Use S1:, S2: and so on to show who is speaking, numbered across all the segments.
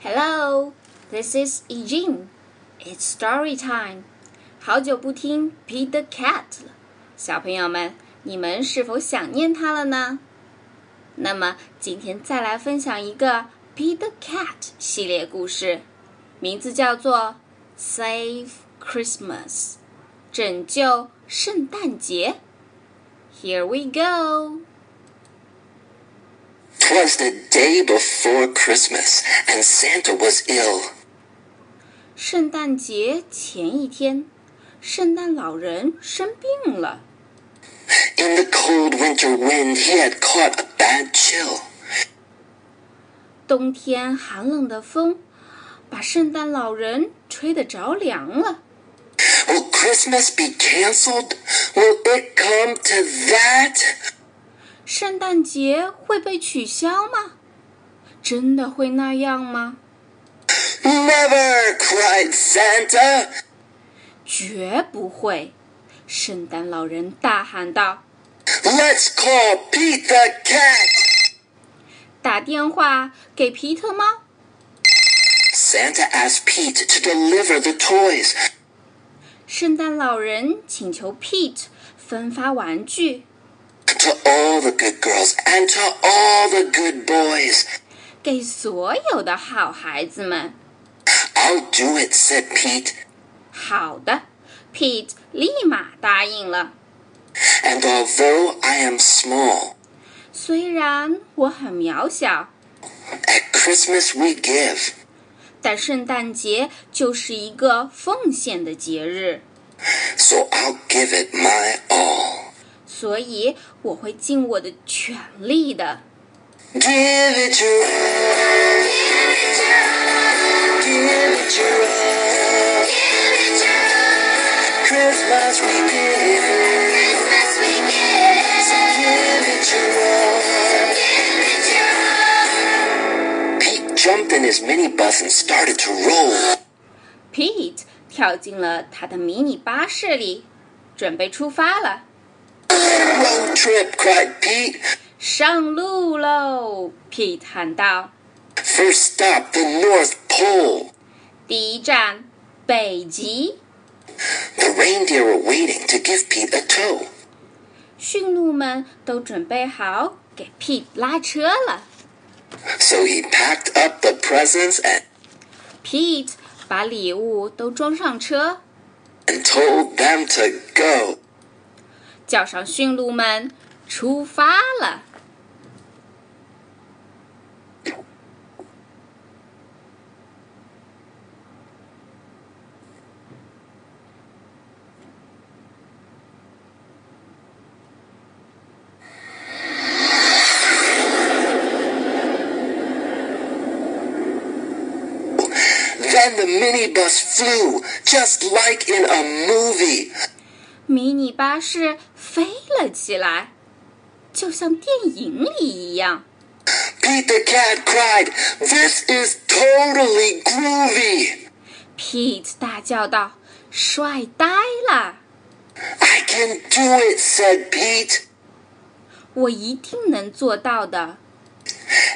S1: Hello, this is Eugene. It's story time. 好久不听 Peter Cat 了，小朋友们，你们是否想念他了呢？那么今天再来分享一个 Peter Cat 系列故事，名字叫做 Save Christmas，拯救圣诞节。Here we go.
S2: Twas the day before Christmas, and Santa was ill.
S1: 圣诞节前一天，圣诞老人生病了。
S2: In the cold winter wind, he had caught a bad chill.
S1: 冬天寒冷的风把圣诞老人吹得着凉了。
S2: Will Christmas be canceled? Will it come to that?
S1: 圣诞节会被取消吗？真的会那样吗？
S2: Never! cried Santa.
S1: 绝不会！圣诞老人大喊道
S2: Let's call Pete the Cat.：“
S1: 打电话给皮特猫。
S2: Santa asked Pete to deliver the toys. ”
S1: 圣诞老人请求 Pete 分发玩具。
S2: To all the good girls and to all the good boys.
S1: 给所有的好孩子们。
S2: I'll do it, said Pete.
S1: 好的，Pete 立马答应了。
S2: And although I am small,
S1: 虽然我很渺小，
S2: at Christmas we give.
S1: 但圣诞节就是一个奉献的节日，
S2: So I'll give it my all.
S1: 所以我会尽我的全力的。
S2: Give it your all. Give it your all. Christmas we give. So give it your all. Pete jumped in his minibus and started to roll.
S1: Pete 跳进了他的迷你巴士里，准备出发了，
S2: Road trip, cried Pete.
S1: 上路喽！Pete 喊道
S2: First stop, the North Pole.：“
S1: 第一站，北极。”
S2: The reindeer were waiting to give Pete a tow.
S1: 驯鹿们都准备好给 Pete 拉车了。
S2: So he packed up the presents and,
S1: Pete 把礼物都装上车，
S2: and told them to go.
S1: 叫上驯鹿们出发了。
S2: Then the minibus flew, just like in a movie.
S1: 迷你巴士飞了起来，就像电影里一样。
S2: Pete the cat cried, This is totally groovy!
S1: Pete 大叫道：“帅呆了！
S2: I can do it, said Pete.
S1: 我一定能做到的。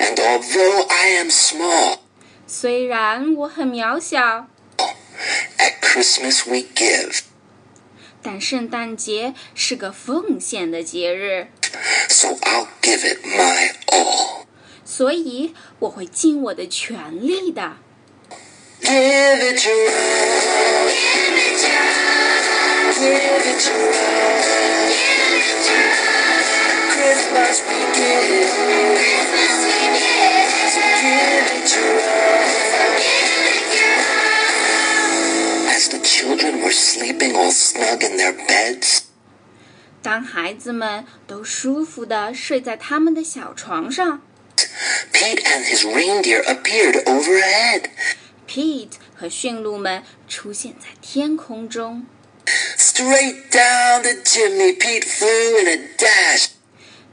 S2: And although I am small,
S1: 虽然我很渺小，
S2: at Christmas we give.
S1: 但圣诞节是个奉献的节日，
S2: So I'll give it my all.
S1: 所以我会尽我的全力的。”
S2: Give it your all. Give it your all. Christmas we give. So give it your all. As the children were sleeping all snug in their beds,
S1: 当孩子们都舒服地睡在他们的小床上
S2: Pete and his reindeer appeared overhead.
S1: ，Pete 和驯鹿们出现在天空中。
S2: Straight down the chimney, Pete flew in a dash.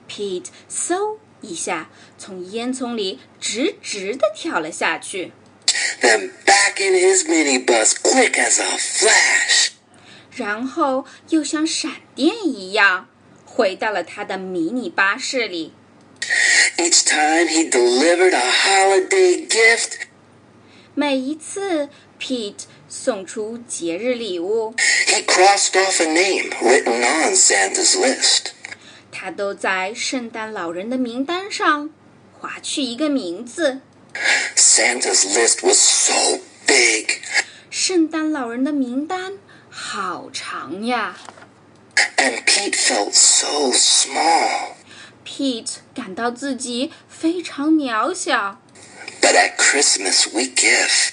S1: Pete 嗖一下从烟囱里直直地跳了下去，
S2: Then back in his minibus, quick as a flash.
S1: 然后又像闪电一样回到了他的迷你巴士里。
S2: Each time he delivered a holiday gift,
S1: 每一次 Pete 送出节日礼物，
S2: He crossed off a name written on Santa's list.
S1: 他都在圣诞老人的名单上划去一个名字。
S2: Santa's list was so big,
S1: 圣诞老人的名单好长呀
S2: and Pete felt so small.
S1: ！Pete 感到自己非常渺小，
S2: But at Christmas, we give.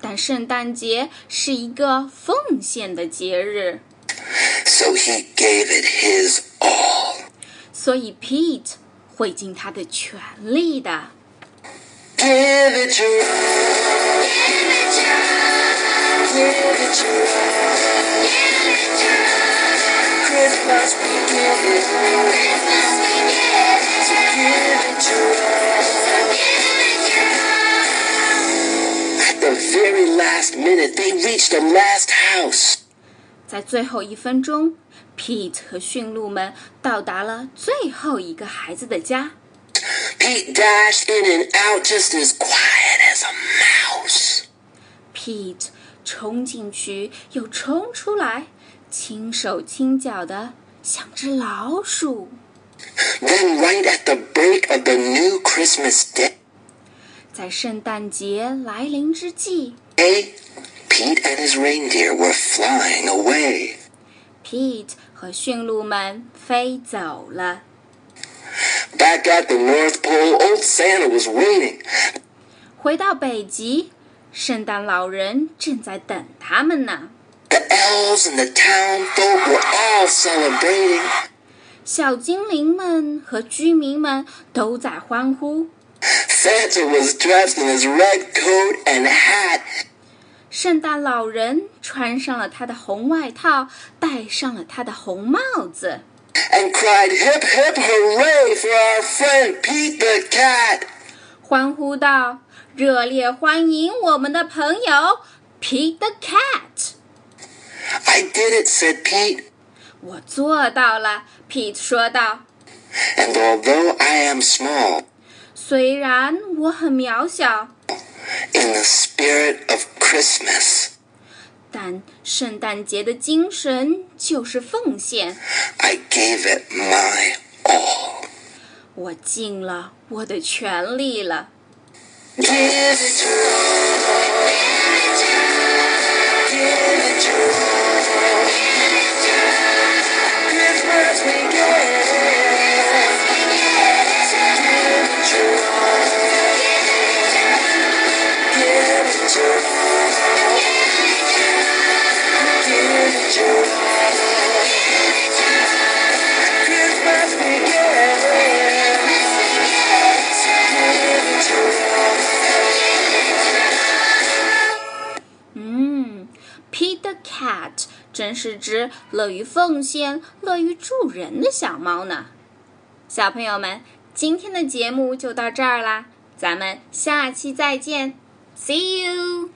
S1: 但圣诞节是一个奉献的节日，
S2: So he gave it his all.
S1: 所以 Pete 会尽他的全力的。
S2: Give it your all. Give it your all. Christmas, we give it all. So give it your all. At the very last minute, they reached the last house.
S1: 在最后一分钟，Pete 和驯鹿们到达了最后一个孩子的家。
S2: Pete dashed in and out just as quiet as a mouse.
S1: Pete 冲进去又冲出来，轻手轻脚的，像只老鼠。
S2: Then, right at the break of the new Christmas day,
S1: 在圣诞节来临之际
S2: Pete and his reindeer were flying away.
S1: ，Pete 和驯鹿们飞走了。
S2: Back at the North Pole, old Santa was waiting.
S1: 回到北极，圣诞老人正在等他们呢。
S2: The elves and the town folk were all celebrating.
S1: 小精灵们和居民们都在欢呼。
S2: Santa was dressed in his red coat and hat
S1: 圣诞老人穿上了他的红外套，戴上了他的红帽子。
S2: and cried, Hip, hip, hooray for our friend Pete the Cat!
S1: 欢呼道：“热烈欢迎我们的朋友 Pete the Cat！”
S2: I did it, said Pete.
S1: 我做到了，Pete 说道。
S2: And although I am small,
S1: 虽然我很渺小，
S2: in the spirit of Christmas,
S1: 但圣诞节的精神就是奉献。
S2: I gave it my all.
S1: 我尽了我的全力了。
S2: Give it your all. Give it your all. Christmas we give it. Give it your all. Give it your all. Give it your all. Christmas we give it. Give it your all.
S1: 嗯，Peter Cat 真是只乐于奉献、乐于助人的小猫呢。小朋友们，今天的节目就到这儿啦，咱们下期再见，See you。